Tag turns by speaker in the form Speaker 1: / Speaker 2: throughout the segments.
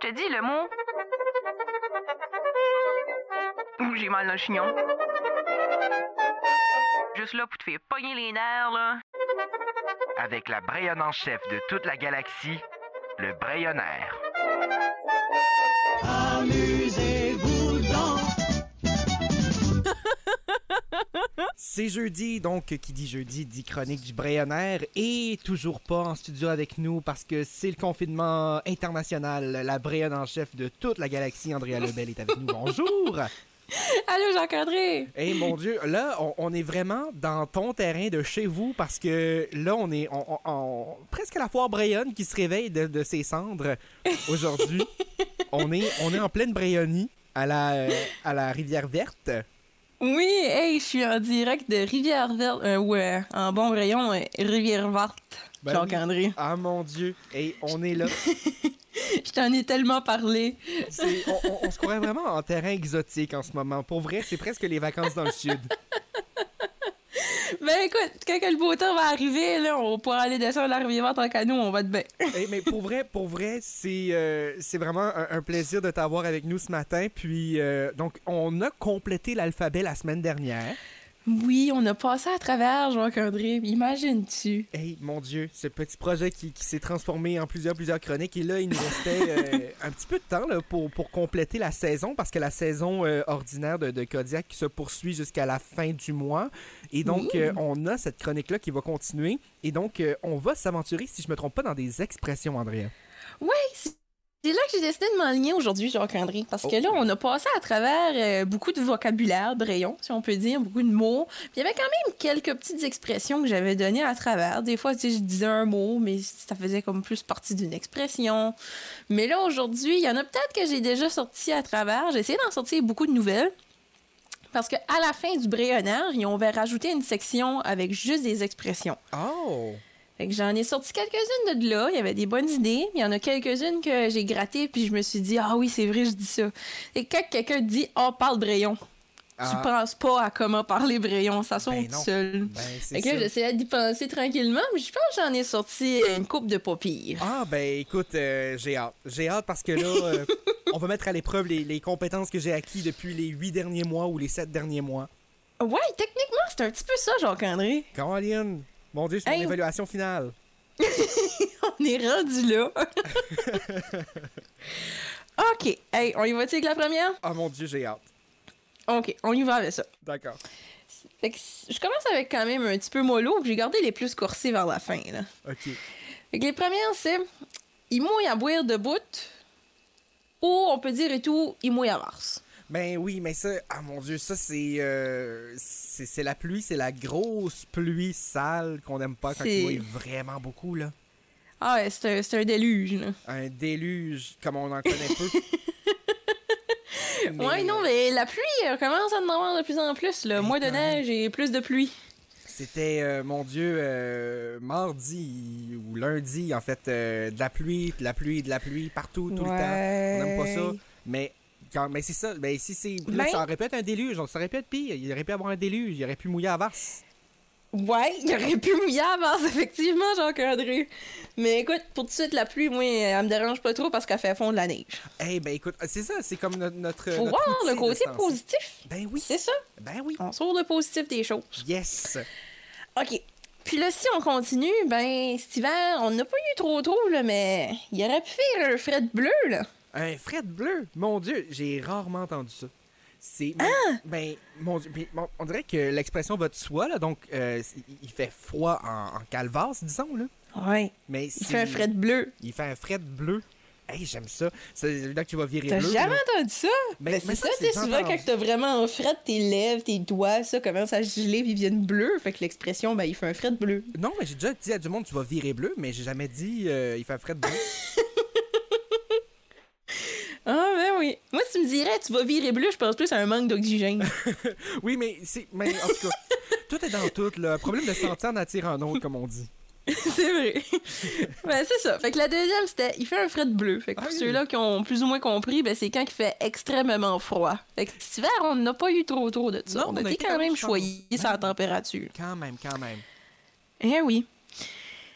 Speaker 1: te dis le mot. Ouh, j'ai mal dans le chignon. Juste là pour te faire pogner les nerfs, là.
Speaker 2: Avec la Brayonne en chef de toute la galaxie, le Brayonnaire.
Speaker 3: Amusez-vous donc.
Speaker 4: C'est jeudi, donc qui dit jeudi dit chronique du Brayonnaire et toujours pas en studio avec nous parce que c'est le confinement international. La Brayonne en chef de toute la galaxie, Andrea Lebel est avec nous. Bonjour!
Speaker 5: Allô, Jean-Cadré!
Speaker 4: Et mon Dieu, là, on, on est vraiment dans ton terrain de chez vous parce que là, on est on, on- on- presque à la foire Brayonne qui se réveille de, de ses cendres aujourd'hui. on, est, on est en pleine Brayonnie à la, à la Rivière Verte.
Speaker 5: Oui, hey, je suis en direct de Rivière-Verte, euh, ou euh, en bon rayon, euh, Rivière-Verte,
Speaker 4: Ben
Speaker 5: Jean-Cadré.
Speaker 4: Ah mon Dieu, et on est là.
Speaker 5: Je t'en ai tellement parlé.
Speaker 4: C'est- on, on- on se croirait vraiment en terrain exotique en ce moment. Pour vrai, c'est presque les vacances dans le sud.
Speaker 5: Ben écoute, quand que le beau temps va arriver, là, on pourra aller descendre la Rivière-Verte en canot, on va te bien.
Speaker 4: Eh, mais pour vrai, pour vrai, c'est euh, c'est vraiment un, un plaisir de t'avoir avec nous ce matin. Puis euh, donc, on a complété l'alphabet la semaine dernière.
Speaker 5: Oui, on a passé à travers, Jean-Cadré, imagines-tu?
Speaker 4: Hey, mon Dieu, ce petit projet qui, qui s'est transformé en plusieurs plusieurs chroniques. Et là, il nous restait euh, un petit peu de temps là, pour pour compléter la saison parce que la saison euh, ordinaire de, de Kodiak se poursuit jusqu'à la fin du mois. Et donc, euh, on a cette chronique là qui va continuer. Et donc, euh, on va s'aventurer, si je me trompe pas, dans des expressions, Andrea.
Speaker 5: C'est là que j'ai décidé de m'enligner aujourd'hui, Jean-André, parce que
Speaker 4: Oh.
Speaker 5: là, on a passé à travers euh, beaucoup de vocabulaire, brayon, si on peut dire, beaucoup de mots. Puis il y avait quand même quelques petites expressions que j'avais données à travers. Des fois, tu sais, je disais un mot, mais ça faisait comme plus partie d'une expression. Mais là, aujourd'hui, il y en a peut-être que j'ai déjà sorti à travers. J'ai essayé d'en sortir beaucoup de nouvelles. Parce qu'à la fin du brayonnaire, ils ont rajouté une section avec juste des expressions.
Speaker 4: Oh!
Speaker 5: Fait que j'en ai sorti quelques-unes de là. Il y avait des bonnes idées. mais Il y en a quelques-unes que j'ai grattées, puis je me suis dit, ah oui, c'est vrai, je dis ça. Et quand quelqu'un dit, on parle Brayon, tu penses pas à comment parler Brayon. Ça sort
Speaker 4: Ah. Ben
Speaker 5: tout
Speaker 4: non.
Speaker 5: seul.
Speaker 4: ben, c'est
Speaker 5: Fait que là,
Speaker 4: ça.
Speaker 5: j'essayais d'y penser tranquillement, mais je pense que j'en ai sorti une coupe de pas pire.
Speaker 4: Ah ben écoute, euh, j'ai hâte. J'ai hâte parce que là, euh, on va mettre à l'épreuve les, les compétences que j'ai acquises depuis les huit derniers mois ou les sept derniers mois.
Speaker 5: Ouais, techniquement, c'est un petit peu ça, Jacques-André.
Speaker 4: Caroline, mon Dieu, c'est mon
Speaker 5: Hey.
Speaker 4: évaluation finale.
Speaker 5: On est rendu là. OK. Hey, on y va-tu avec la première?
Speaker 4: Ah mon Dieu, j'ai hâte.
Speaker 5: OK, on y va avec ça.
Speaker 4: D'accord.
Speaker 5: Fait que je commence avec quand même un petit peu mollo, puis j'ai gardé les plus corsés vers la fin. Là.
Speaker 4: Ok.
Speaker 5: Fait que les premières, c'est il mouille à boire de bout, ou on peut dire et tout, il mouille à mars.
Speaker 4: Ben oui, mais ça, ah mon Dieu, ça c'est, euh, c'est c'est la pluie, c'est la grosse pluie sale qu'on n'aime pas quand
Speaker 5: C'est-
Speaker 4: il mouille vraiment beaucoup là.
Speaker 5: Ah ouais, c'est un, c'est un déluge. Là.
Speaker 4: Un déluge comme on en connaît peu. Mais
Speaker 5: Ouais, non, mais la pluie elle commence à en avoir de plus en plus. Là.
Speaker 4: Mais
Speaker 5: Moins de
Speaker 4: quand même.
Speaker 5: neige et plus de pluie.
Speaker 4: C'était, euh, mon Dieu, euh, mardi ou lundi, en fait, euh, de la pluie, de la pluie, de la pluie, partout, tout le temps. On n'aime pas ça. Mais, quand, mais c'est ça. Mais si c'est. là,
Speaker 5: Ben-
Speaker 4: ça aurait pu être un déluge. Donc, ça aurait pu être pire. Il aurait pu avoir un déluge. Il aurait pu mouiller à Varse.
Speaker 5: Ouais, il aurait pu mouiller à mars, effectivement, Jean-André. Mais écoute, pour tout de suite, la pluie, moi, elle me dérange pas trop parce qu'elle fait fondre la neige.
Speaker 4: Eh, ben écoute, c'est ça. C'est comme notre. notre
Speaker 5: Faut
Speaker 4: Euh, notre
Speaker 5: voir le
Speaker 4: outil de
Speaker 5: côté
Speaker 4: ce temps-ci.
Speaker 5: positif.
Speaker 4: Ben oui.
Speaker 5: C'est ça.
Speaker 4: Ben oui.
Speaker 5: On sort le positif des choses.
Speaker 4: Yes.
Speaker 5: OK. Puis là, si on continue, ben, cet hiver, on n'a pas eu trop trop, là, mais il aurait pu faire un fret bleu, là.
Speaker 4: Un fret bleu. Mon Dieu, j'ai rarement entendu ça. C'est.
Speaker 5: Ah!
Speaker 4: Ben, mon Dieu. mais bon, on dirait que l'expression va de soi, là. Donc, euh, c'est- il fait froid en, en calvasse, disons, là.
Speaker 5: Ouais.
Speaker 4: Mais
Speaker 5: Il
Speaker 4: c'est-
Speaker 5: fait un fret bleu.
Speaker 4: Il fait un fret bleu. Hey, j'aime ça. C'est là que tu vas virer
Speaker 5: T'as
Speaker 4: bleu.
Speaker 5: jamais
Speaker 4: là.
Speaker 5: entendu ça?
Speaker 4: Mais-
Speaker 5: Ben,
Speaker 4: mais
Speaker 5: c'est
Speaker 4: ça,
Speaker 5: ça,
Speaker 4: j'ai
Speaker 5: tu sais,
Speaker 4: déjà
Speaker 5: souvent,
Speaker 4: entendu.
Speaker 5: quand t'as vraiment un fret, tes lèvres, tes doigts, ça commence à geler, puis ils viennent bleus. Fait que l'expression, ben, il fait un fret bleu.
Speaker 4: Non, mais j'ai déjà dit à du monde, tu vas virer bleu, mais j'ai jamais dit, euh, il fait un fret bleu.
Speaker 5: Ah, ben oui. Moi, si tu me dirais, tu vas virer bleu, je pense plus à un manque d'oxygène.
Speaker 4: oui, mais c'est. Mais en tout cas, tout est dans tout, là. Problème de sentir en attire un autre, comme on dit.
Speaker 5: C'est vrai. ben, c'est ça. Fait que la deuxième, c'était il fait un fret bleu. Fait que pour
Speaker 4: Ah oui.
Speaker 5: ceux-là qui ont plus ou moins compris, ben, c'est quand il fait extrêmement froid. Fait que cet hiver, on n'a pas eu trop trop de ça.
Speaker 4: Non,
Speaker 5: on
Speaker 4: on a
Speaker 5: a été
Speaker 4: été
Speaker 5: quand
Speaker 4: quand même
Speaker 5: même choyés
Speaker 4: chanceux.
Speaker 5: sur la température.
Speaker 4: Quand même, quand même.
Speaker 5: Eh oui.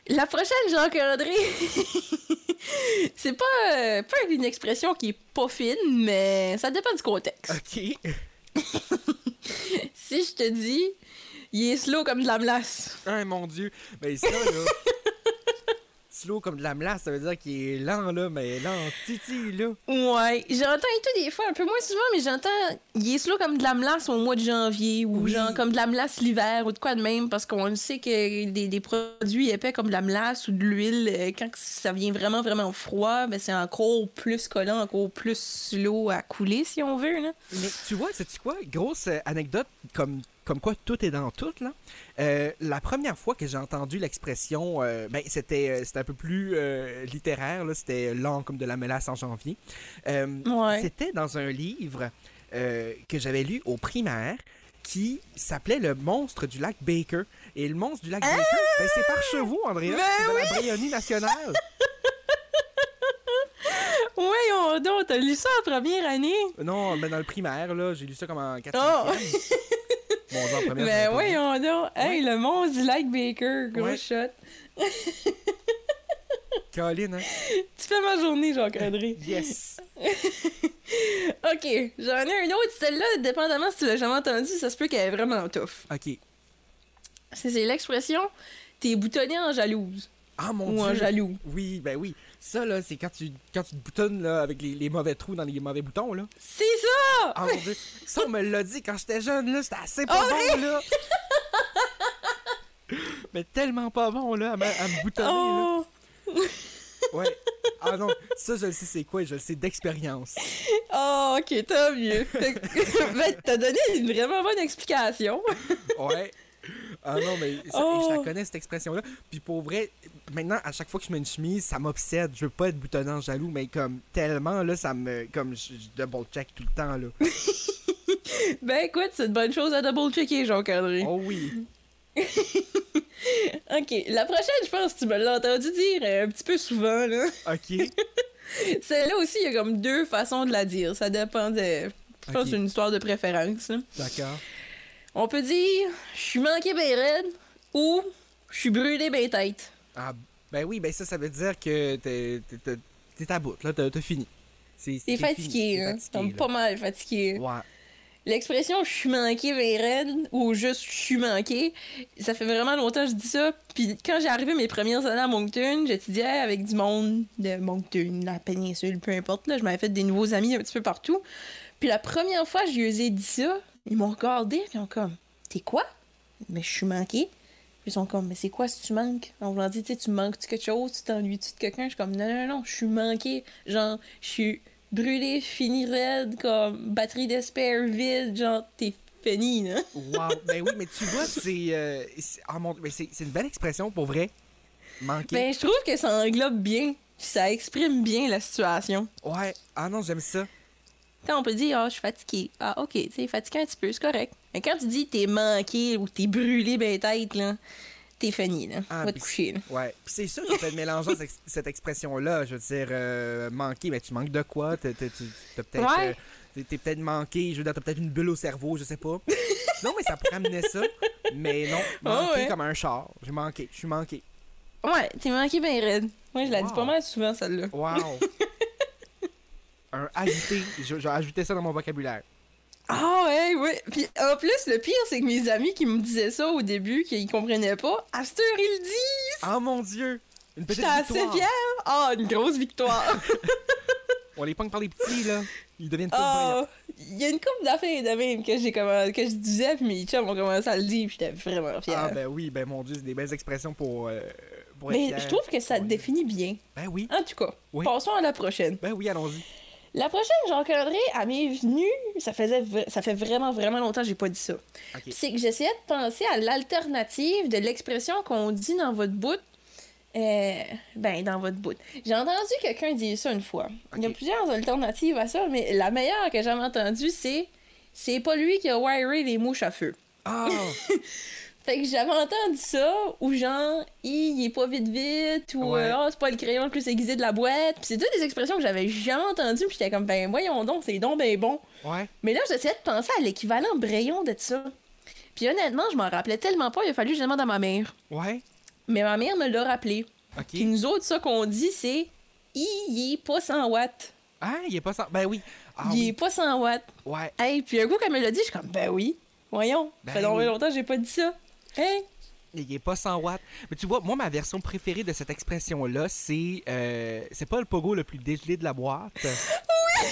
Speaker 5: La prochaine, Jean-Claude Audrey, c'est pas, euh, pas une expression qui est pas fine, mais ça dépend du contexte.
Speaker 4: OK.
Speaker 5: Si je te dis, il est slow comme de la melasse.
Speaker 4: Ah, mon Dieu. Ben, ça, là. Slow comme de la melasse, ça veut dire qu'il est lent, là, mais lent, titi, là.
Speaker 5: Ouais, j'entends et tout des fois, un peu moins souvent, mais j'entends, il est slow comme de la melasse au mois de janvier, ou
Speaker 4: Oui.
Speaker 5: genre comme de la melasse l'hiver, ou de quoi de même, parce qu'on le sait que des, des produits épais comme de la melasse ou de l'huile, euh, quand ça vient vraiment, vraiment froid, ben c'est encore plus collant, encore plus slow à couler, si on veut, là.
Speaker 4: Mais tu vois, sais-tu quoi? Grosse euh, anecdote, comme, comme quoi tout est dans tout, là. Euh, la première fois que j'ai entendu l'expression, euh, ben, c'était euh, c'était un peu plus euh, littéraire, là. C'était lent comme de la mélasse en janvier. Euh,
Speaker 5: Ouais.
Speaker 4: C'était dans un livre euh, que j'avais lu au primaire qui s'appelait Le monstre du lac Baker. Et le monstre du lac Baker, ben, c'est par chevaux, Andrea.
Speaker 5: Ah! Ben
Speaker 4: c'est dans la Brionie nationale.
Speaker 5: Voyons donc, t'as lu ça en première année?
Speaker 4: non, ben, dans le primaire, là, j'ai lu ça comme en quatrième.
Speaker 5: Oh!
Speaker 4: Bon, en première, j'avais
Speaker 5: Mais
Speaker 4: pas lu.
Speaker 5: Oh! Ben voyons donc! Hey, le monde du Like Baker, gros
Speaker 4: Ouais.
Speaker 5: shot!
Speaker 4: Colin, hein?
Speaker 5: Tu fais ma journée, Jean-Claude Audrey.
Speaker 4: Yes!
Speaker 5: OK, j'en ai un autre. Celle-là, dépendamment si tu l'as jamais entendue, ça se peut qu'elle est vraiment tough.
Speaker 4: OK.
Speaker 5: C'est c'est l'expression « t'es boutonné en jalouse
Speaker 4: Ah » mon
Speaker 5: ou « en
Speaker 4: dieu.
Speaker 5: jaloux
Speaker 4: Oui, ben oui. Ça là, c'est quand tu quand tu te boutonnes là avec les, les mauvais trous dans les mauvais boutons là. ».
Speaker 5: C'est ça!
Speaker 4: Ah mon dieu. Ça on me l'a dit quand j'étais jeune là, c'était assez pas
Speaker 5: Oh,
Speaker 4: bon là. Mais tellement pas bon là à me, à me boutonner
Speaker 5: Oh!
Speaker 4: là. Ouais. Ah non, ça je le sais c'est quoi, je le sais d'expérience.
Speaker 5: Oh, OK, tant mieux. Fait que- ben, t'as donné une vraiment bonne explication.
Speaker 4: Ouais. Ah non, mais ça-
Speaker 5: Oh.
Speaker 4: je la connais cette expression-là. Puis pour vrai, maintenant, à chaque fois que je mets une chemise, ça m'obsède. Je veux pas être boutonnant jaloux, mais comme tellement, là, ça me. Comme je, je double check tout le temps, là.
Speaker 5: Ben écoute, c'est une bonne chose à double-checker, Jean-Claude Audrey.
Speaker 4: Oh oui.
Speaker 5: OK, la prochaine, je pense que tu me l'as entendu dire euh, un petit peu souvent, là.
Speaker 4: OK.
Speaker 5: Celle-là aussi, il y a comme deux façons de la dire. Ça dépend de... Je pense
Speaker 4: Ok.
Speaker 5: que c'est une histoire de préférence, là.
Speaker 4: D'accord.
Speaker 5: On peut dire « je suis manqué ben raide » ou « je suis brûlé ben tête
Speaker 4: Ah, ben oui, ben ça, ça veut dire que t'es, t'es- t'es- t'es à bout, là, t'as, t'as fini. C'est, ».
Speaker 5: T'es
Speaker 4: fini,
Speaker 5: fatigué,
Speaker 4: t'es
Speaker 5: hein?
Speaker 4: fatigué,
Speaker 5: T'es
Speaker 4: là.
Speaker 5: pas mal fatigué.
Speaker 4: Ouais.
Speaker 5: L'expression « je suis manqué ben raide » ou juste « je suis manqué », ça fait vraiment longtemps que je dis ça. Puis quand j'ai arrivé mes premières années à Moncton, j'étudiais avec du monde de Moncton, la péninsule, peu importe. Là, je m'avais fait des nouveaux amis un petit peu partout. Puis la première fois que je leur ai dit ça, ils m'ont regardé, puis ils ont comme « t'es quoi? » Mais je suis manqué. Puis ils sont comme, mais c'est quoi si tu manques? On voulant dire, tu sais, tu manques de quelque chose, tu t'ennuies-tu de quelqu'un? Je suis comme, non, non, non, je suis manqué. Genre, je suis brûlé, fini raide, comme batterie de spare vide, genre, t'es fini, là.
Speaker 4: Wow. Ben oui, mais tu vois, c'est. euh, c'est- ah, mon- mais c'est, c'est une belle expression pour vrai. Manquer.
Speaker 5: Ben, je trouve que ça englobe bien, puis ça exprime bien la situation.
Speaker 4: Ouais. Ah non, j'aime ça.
Speaker 5: Quand on peut dire, ah, je suis fatigué. Ah, ok, tu sais, fatigué un petit peu, c'est correct. Mais quand tu dis, t'es manqué ou t'es brûlé, ben, tête, là, t'es fini, là.
Speaker 4: Ah,
Speaker 5: Va te
Speaker 4: puis-
Speaker 5: coucher, là.
Speaker 4: Ouais. Puis c'est sûr que peut mélanger cette ex- cette expression-là. Je veux dire, euh, manquer, mais tu manques de quoi? T'as, t'as- tu- t'as peut-être.
Speaker 5: Ouais.
Speaker 4: euh, t'es, t'es peut-être manqué, je veux dire, t'as peut-être une bulle au cerveau, je sais pas. non, mais ça pourrait amener ça. Mais non, manquer
Speaker 5: Ah ouais.
Speaker 4: comme un char. J'ai manqué, je suis manqué.
Speaker 5: Ouais, t'es manqué, ben, raide. Moi, je la dis
Speaker 4: Wow.
Speaker 5: pas mal souvent, celle-là.
Speaker 4: Wow! Un ajouté. Je, je vais ajouter ça dans mon vocabulaire.
Speaker 5: Ah ouais, ouais. Puis en plus, le pire, c'est que mes amis qui me disaient ça au début, qu'ils comprenaient pas, à cette heure, ils le disent!
Speaker 4: Ah mon dieu! Une petite
Speaker 5: J'étais assez
Speaker 4: victoire.
Speaker 5: fière! Ah, une grosse victoire!
Speaker 4: On les pogne par les petits, là. Ils deviennent tous brillants.
Speaker 5: Ah, il y a une couple d'affaires de même que j'ai commen- que je disais, puis mes chums ont commencé à le dire, puis j'étais vraiment fière.
Speaker 4: Ah ben oui, ben mon dieu, c'est des belles expressions pour, euh, pour être
Speaker 5: Mais
Speaker 4: fier.
Speaker 5: je trouve que ça
Speaker 4: Ouais.
Speaker 5: te définit bien.
Speaker 4: Ben oui,
Speaker 5: En tout cas,
Speaker 4: Oui.
Speaker 5: passons à la prochaine.
Speaker 4: ben oui, allons-y.
Speaker 5: La prochaine, Jean-Claude André, elle m'est venue, ça, faisait vra- ça fait vraiment, vraiment longtemps que j'ai pas dit ça.
Speaker 4: Ok.
Speaker 5: Puis C'est que j'essayais de penser à l'alternative de l'expression qu'on dit dans votre bout. Euh, ben, dans votre bout. J'ai entendu quelqu'un dire ça une fois. Il y a
Speaker 4: Ok.
Speaker 5: plusieurs alternatives à ça, mais la meilleure que j'ai entendue, c'est « c'est pas lui qui a wiré les mouches à feu ».
Speaker 4: Ah!
Speaker 5: Fait que j'avais entendu ça, ou genre, Hi, il est pas vite vite, ou
Speaker 4: Ouais.
Speaker 5: euh, oh, c'est pas le crayon le plus aiguisé de la boîte. Puis c'est toutes des expressions que j'avais jamais entendues, puis j'étais comme, ben voyons donc, c'est donc ben bon.
Speaker 4: ouais.
Speaker 5: Mais là, j'essayais de penser à l'équivalent brayon de ça. Puis honnêtement, je m'en rappelais tellement pas, il a fallu que je demande à ma mère.
Speaker 4: Ouais.
Speaker 5: Mais ma mère me l'a rappelé.
Speaker 4: OK.
Speaker 5: Puis nous autres, ça qu'on dit, c'est Hi, il est pas 100 watts.
Speaker 4: Ah, il est pas sans. Ben oui. Ah,
Speaker 5: il est
Speaker 4: oui.
Speaker 5: pas 100 watts.
Speaker 4: Ouais.
Speaker 5: Hey, puis un coup, quand elle me l'a dit, je suis comme, ben oui, voyons.
Speaker 4: Ben
Speaker 5: ça fait donc
Speaker 4: oui.
Speaker 5: longtemps que j'ai pas dit ça. Hein?
Speaker 4: Il est pas 100 watts. Mais tu vois, moi, ma version préférée de cette expression-là, c'est. euh, c'est pas le pogo le plus dégelé de la boîte. Oui!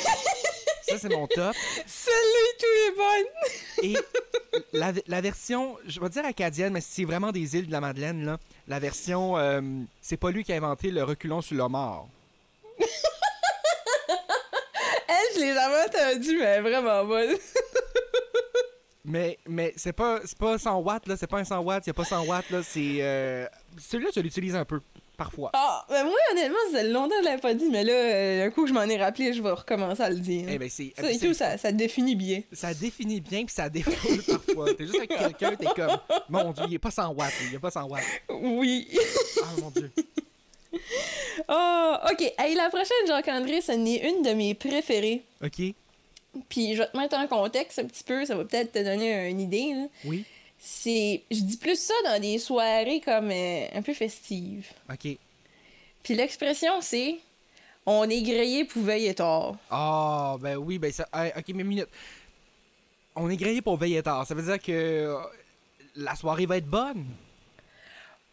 Speaker 4: Ça, c'est mon top.
Speaker 5: Celle-là, tout est bonne.
Speaker 4: Et la, la version, je vais dire acadienne, mais c'est vraiment des îles de la Madeleine, là. La version, euh, c'est pas lui qui a inventé le reculon sur le mort.
Speaker 5: Elle, je l'ai jamais entendue, mais elle est vraiment bonne.
Speaker 4: Mais, mais c'est pas, c'est pas 100 watts, là. C'est pas un 100 watts, y a pas 100 watts, là. C'est. euh, Celui-là, je l'utilise un peu, parfois.
Speaker 5: Ah, ben moi, honnêtement, ça fait longtemps que je l'avais pas dit, mais là, euh, un coup que je m'en ai rappelé, je vais recommencer à le dire.
Speaker 4: Eh ben, c'est.
Speaker 5: ça, et tout, ça, ça définit bien.
Speaker 4: ça définit bien puis ça défoule parfois. T'es juste avec quelqu'un, t'es comme, mon dieu, il est pas 100 watts, lui, il est pas 100 watts.
Speaker 5: Oui.
Speaker 4: Ah mon dieu.
Speaker 5: oh, ok. Hey, la prochaine, Jacques-André, ce n'est une de mes préférées.
Speaker 4: Ok,
Speaker 5: Puis je vais te mettre en contexte un petit peu, ça va peut-être te donner une idée. là.
Speaker 4: oui,
Speaker 5: C'est, je dis plus ça dans des soirées comme euh, un peu festives.
Speaker 4: ok.
Speaker 5: Puis l'expression, c'est on est grillé, pour veiller tard.
Speaker 4: Ah, ben oui, ben ça. hey, ok, mais minute. On est grillé pour veiller tard. Ça veut dire que euh, la soirée va être bonne.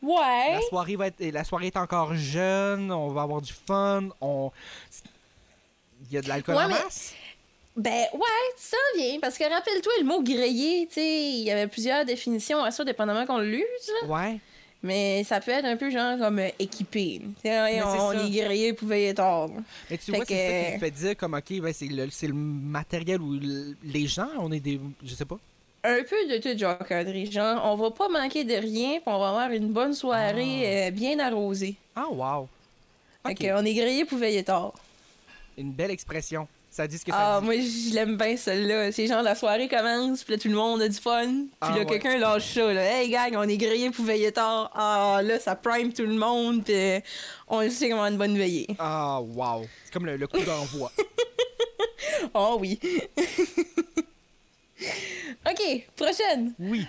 Speaker 5: Ouais.
Speaker 4: La soirée va être, la soirée est encore jeune. On va avoir du fun. On, il y a de l'alcool
Speaker 5: Ouais,
Speaker 4: en
Speaker 5: mais-
Speaker 4: masse.
Speaker 5: Ben ouais, tu sens bien. Parce que rappelle-toi le mot grillé, tu sais, il y avait plusieurs définitions à ça, dépendamment qu'on l'use. là.
Speaker 4: Ouais.
Speaker 5: Mais ça peut être un peu genre comme euh, équipé. Tu sais, hey,
Speaker 4: Mais c'est
Speaker 5: on, on
Speaker 4: ça.
Speaker 5: est grillé, pour veiller tard.
Speaker 4: Mais tu
Speaker 5: Fait
Speaker 4: vois, c'est ça
Speaker 5: que-
Speaker 4: qui me fait dire comme ok, ben c'est le, c'est le matériel ou le- les gens. On est des, je sais pas.
Speaker 5: Un peu de tout, genre, André. Genre, on va pas manquer de rien, puis on va avoir une bonne soirée euh, bien arrosée.
Speaker 4: Ah wow.
Speaker 5: Fait
Speaker 4: Ok.
Speaker 5: que on est grillé, pour veiller tard.
Speaker 4: Une belle expression. Ça dit ce que ça
Speaker 5: Ah,
Speaker 4: dit.
Speaker 5: moi, je l'aime bien, celle-là. C'est genre, la soirée commence, puis là, tout le monde a du fun. Puis
Speaker 4: Ah,
Speaker 5: là,
Speaker 4: ouais.
Speaker 5: quelqu'un lâche ça, là. Hey, gang, on est grillé pour veiller tard. Ah, là, ça prime tout le monde, puis euh, on le sait comment une bonne veillée.
Speaker 4: Ah, wow. C'est comme le, le coup d'envoi. Ah,
Speaker 5: Oh, oui. OK, prochaine.
Speaker 4: oui.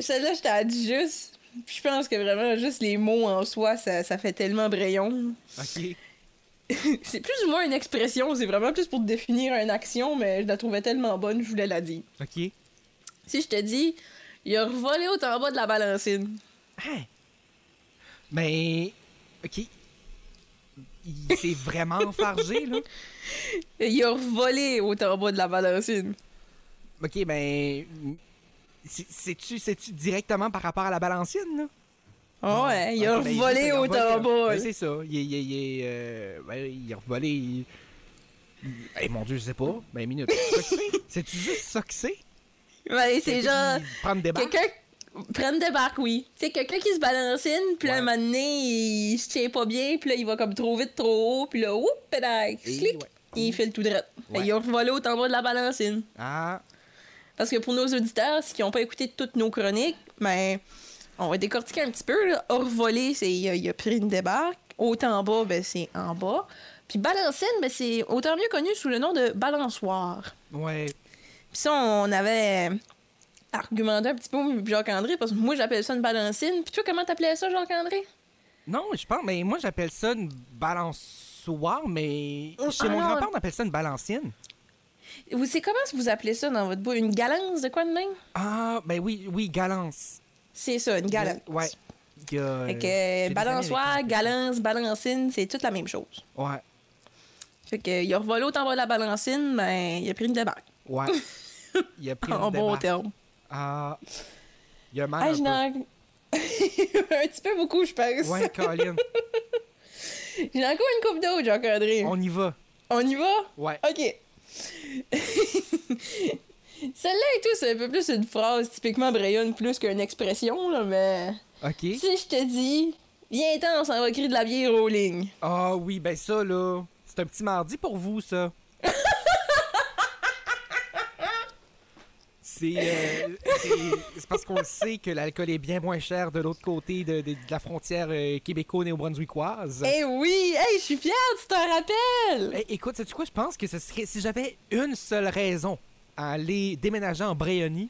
Speaker 5: Celle-là, je t'ai dit juste. Puis je pense que vraiment, juste les mots en soi, ça, ça fait tellement brayon.
Speaker 4: OK.
Speaker 5: c'est plus ou moins une expression, c'est vraiment plus pour définir une action, mais je la trouvais tellement bonne, je voulais la dire.
Speaker 4: OK.
Speaker 5: Si je te dis, il a revolé au temps bas de la balancine.
Speaker 4: Hein? Mais. OK. Il s'est vraiment enfargé, là.
Speaker 5: Il a revolé au temps bas de la balancine.
Speaker 4: OK, ben. c'est- C'est-tu c'est-tu directement par rapport à la balancine, là?
Speaker 5: Ah ouais, il a
Speaker 4: Ok, ben,
Speaker 5: revolé
Speaker 4: juste,
Speaker 5: au
Speaker 4: il a
Speaker 5: temps
Speaker 4: revolé.
Speaker 5: bas.
Speaker 4: Ben, c'est ça. Il, est- il, est- il, est, euh, ben, il a revolé. il- il- Eh, mon Dieu, je sais pas. Ben, minute. Soxé? C'est-tu juste ça que c'est?
Speaker 5: Ouais, c'est genre,
Speaker 4: Prendre des barres?
Speaker 5: quelqu'un prenne des barques, oui. C'est quelqu'un qui se balancine, puis là,
Speaker 4: Ouais.
Speaker 5: un moment donné, il se tient pas bien, puis là, il va comme trop vite, trop haut, puis là, oup, pédale,
Speaker 4: Et
Speaker 5: slick,
Speaker 4: ouais.
Speaker 5: il file tout droit. Fait,
Speaker 4: Ouais.
Speaker 5: Il a revolé au temps bas de la balancine.
Speaker 4: Ah,
Speaker 5: Parce que pour nos auditeurs, ceux qui n'ont pas écouté toutes nos chroniques, ben, on va décortiquer un petit peu. Là. Hors volée, c'est il a, il a pris une débarque. Autant bas, ben, c'est en bas. Puis balancine, ben, c'est autant mieux connu sous le nom de balançoire.
Speaker 4: ouais.
Speaker 5: Puis ça, on avait euh, argumenté un petit peu avec Jacques-André, parce que moi, j'appelle ça une balancine. Puis toi, comment t'appelais ça, Jacques-André?
Speaker 4: Non, je pense, mais moi j'appelle ça une balançoire, mais
Speaker 5: Oh,
Speaker 4: chez mon
Speaker 5: ah non.
Speaker 4: grand-père on appelle ça une balancine.
Speaker 5: Vous- C'est comment vous appelez ça dans votre bois? Une galance de quoi de même?
Speaker 4: Ah, ben oui, oui, galance.
Speaker 5: C'est ça, une galance.
Speaker 4: Ouais. Il y a, euh,
Speaker 5: Fait que,
Speaker 4: j'ai
Speaker 5: euh,
Speaker 4: des amis
Speaker 5: balançoire,
Speaker 4: avec-
Speaker 5: galance, balancine, c'est toute la même chose.
Speaker 4: Ouais,
Speaker 5: Fait que, il a revolé au temps bas de la balancine, ben, il a pris une débarque.
Speaker 4: ouais. Il a pris
Speaker 5: En
Speaker 4: une
Speaker 5: bon
Speaker 4: débarque.
Speaker 5: terme.
Speaker 4: Ah, il y a mal.
Speaker 5: Ah,
Speaker 4: un
Speaker 5: je
Speaker 4: peu.
Speaker 5: n'en- un petit peu beaucoup, je pense.
Speaker 4: Ouais, Colin,
Speaker 5: J'ai encore une coupe d'eau, Jacques-André. On...
Speaker 4: on y va.
Speaker 5: y va?
Speaker 4: Ouais.
Speaker 5: OK. Celle-là et tout, c'est un peu plus une phrase typiquement brayonne plus qu'une expression, là, mais...
Speaker 4: OK.
Speaker 5: Si je te dis, viens ten on s'en va crier de la bière aux lignes.
Speaker 4: Ah oui, ben ça là, c'est un petit mardi pour vous ça. C'est euh, c'est- c'est parce qu'on le sait que l'alcool est bien moins cher de l'autre côté de, de- de la frontière euh, québéco-néo-brunswickoise.
Speaker 5: Eh oui! Hey, je suis fière, tu t'en rappelles!
Speaker 4: Eh, écoute, sais-tu quoi? Je pense que ce serait, si j'avais une seule raison à aller déménager en Bréonie,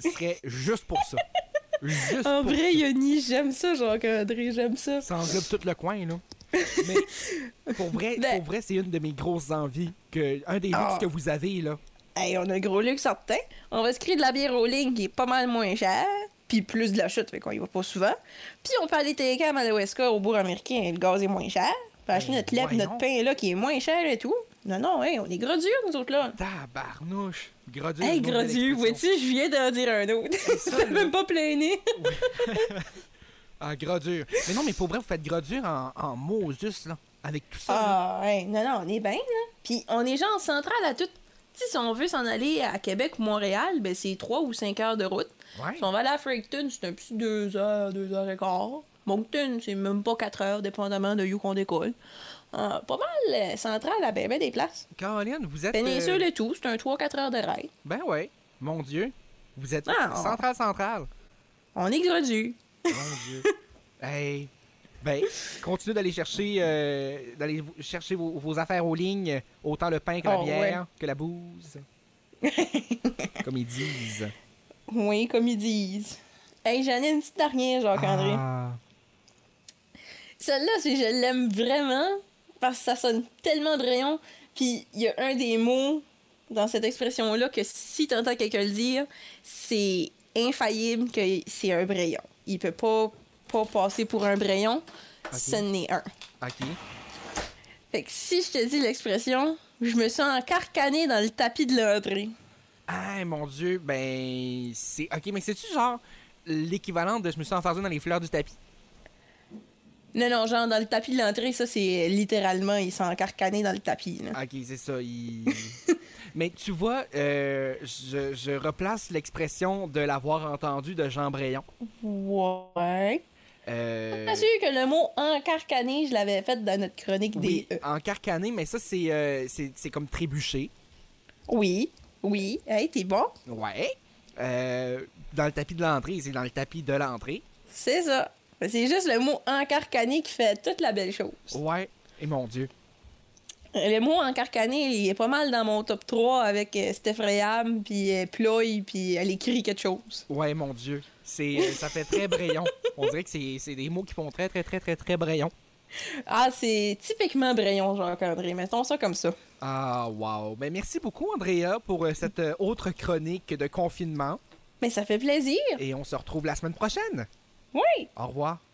Speaker 4: ce serait juste pour ça. Juste
Speaker 5: En
Speaker 4: pour
Speaker 5: vrai,
Speaker 4: ça.
Speaker 5: Yoni, j'aime ça, Jean-André, j'aime ça.
Speaker 4: Ça englobe tout le coin, là. Mais pour vrai,
Speaker 5: Ben-
Speaker 4: pour vrai c'est une de mes grosses envies. Que, un des
Speaker 5: Ah.
Speaker 4: luxes que vous avez, là.
Speaker 5: Hey, on a un gros luxe certain. On va se créer de la bière au ligne qui est pas mal moins chère, puis plus de la chute, fait qu'on y va pas souvent. Puis on peut aller télécam à l'OSK au bourg américain, le gaz est moins cher. Puis acheter
Speaker 4: Ben,
Speaker 5: notre lait, puis notre
Speaker 4: voyons.
Speaker 5: pain là qui est moins cher et tout. Non, non, hey, on est gros durs, nous autres là.
Speaker 4: Tabarnouche. Grodieu.
Speaker 5: hey,
Speaker 4: une autre
Speaker 5: gros
Speaker 4: belle
Speaker 5: Dieu,
Speaker 4: expression.
Speaker 5: vois-tu, je viens d'en dire un autre.
Speaker 4: ça,
Speaker 5: Ça
Speaker 4: là.
Speaker 5: même pas plaigner.
Speaker 4: Ah, Grodieu. Mais non, mais pour vrai, vous faites Grodieu en, en Moses, là. Avec tout ça. là.
Speaker 5: Ah, ouais. non, non, on est bien, là. Puis on est genre centrale à tout. Tu sais, si on veut s'en aller à Québec ou Montréal, ben c'est 3 ou 5 heures de route.
Speaker 4: Ouais.
Speaker 5: Si on va aller à Frankton, c'est un petit 2 heures, 2 heures et quart. Moncton, c'est même pas 4 heures, dépendamment de où qu'on décolle. Ah, pas mal euh, central à ben, ben des places.
Speaker 4: Caroline, vous êtes. euh,
Speaker 5: Péninsule et tout, c'est un 3-4 heures de rail.
Speaker 4: Ben ouais. Mon Dieu. Vous êtes
Speaker 5: Ah.
Speaker 4: central, central.
Speaker 5: On est gredu.
Speaker 4: Mon Dieu. Hey. Ben, continuez d'aller chercher, euh, d'aller vous- chercher vos, vos affaires aux lignes, autant le pain que la
Speaker 5: Oh,
Speaker 4: bière, que la bouse. Comme ils disent.
Speaker 5: Oui, comme ils disent. Hey, j'en ai une petite dernière, Jacques-André.
Speaker 4: Ah.
Speaker 5: Celle-là, c'est je l'aime vraiment parce que ça sonne tellement de rayon. Puis il y a un des mots dans cette expression-là que si t'entends quelqu'un le dire, c'est infaillible que c'est un brayon. Il peut pas, pas passer pour un brayon. Ce n'est un.
Speaker 4: OK.
Speaker 5: Fait que si je te dis l'expression, je me sens encarcanée dans le tapis de l'entrée.
Speaker 4: Ah, mon Dieu, ben, c'est... OK, mais c'est-tu genre l'équivalent de « je me suis enfargé dans les fleurs du tapis
Speaker 5: Non, non, genre dans le tapis de l'entrée, ça c'est littéralement, il s'est encarcané dans le tapis. là. »
Speaker 4: OK, c'est ça, il- mais tu vois, euh, je, je replace l'expression de l'avoir entendu de Jean Brayon.
Speaker 5: Ouais.
Speaker 4: Euh,
Speaker 5: Bien sûr que le mot encarcané, je l'avais fait dans notre chronique
Speaker 4: oui,
Speaker 5: des. euh,
Speaker 4: encarcané, mais ça, c'est, euh, c'est, c'est comme trébucher.
Speaker 5: Oui, oui. Hey, t'es bon?
Speaker 4: Ouais. Euh, dans le tapis de l'entrée, c'est dans le tapis de l'entrée.
Speaker 5: C'est ça. Mais C'est juste le mot encarcané qui fait toute la belle chose.
Speaker 4: Ouais. Et mon Dieu.
Speaker 5: Le mot encarcané, il est pas mal dans mon top 3 avec euh, Steph Rehab, puis euh, Ploy, puis elle écrit quelque chose.
Speaker 4: Ouais, mon Dieu. C'est, euh, ça fait très brayon. On dirait que c'est, c'est des mots qui font très, très, très, très, très brayon.
Speaker 5: Ah, c'est typiquement Brayon, Jacques-André. Mettons ça comme ça.
Speaker 4: Ah, wow. Ben, merci beaucoup, Andrea, pour euh, cette euh, autre chronique de confinement.
Speaker 5: Mais ça fait plaisir.
Speaker 4: Et on se retrouve la semaine prochaine.
Speaker 5: Oui.
Speaker 4: Au revoir.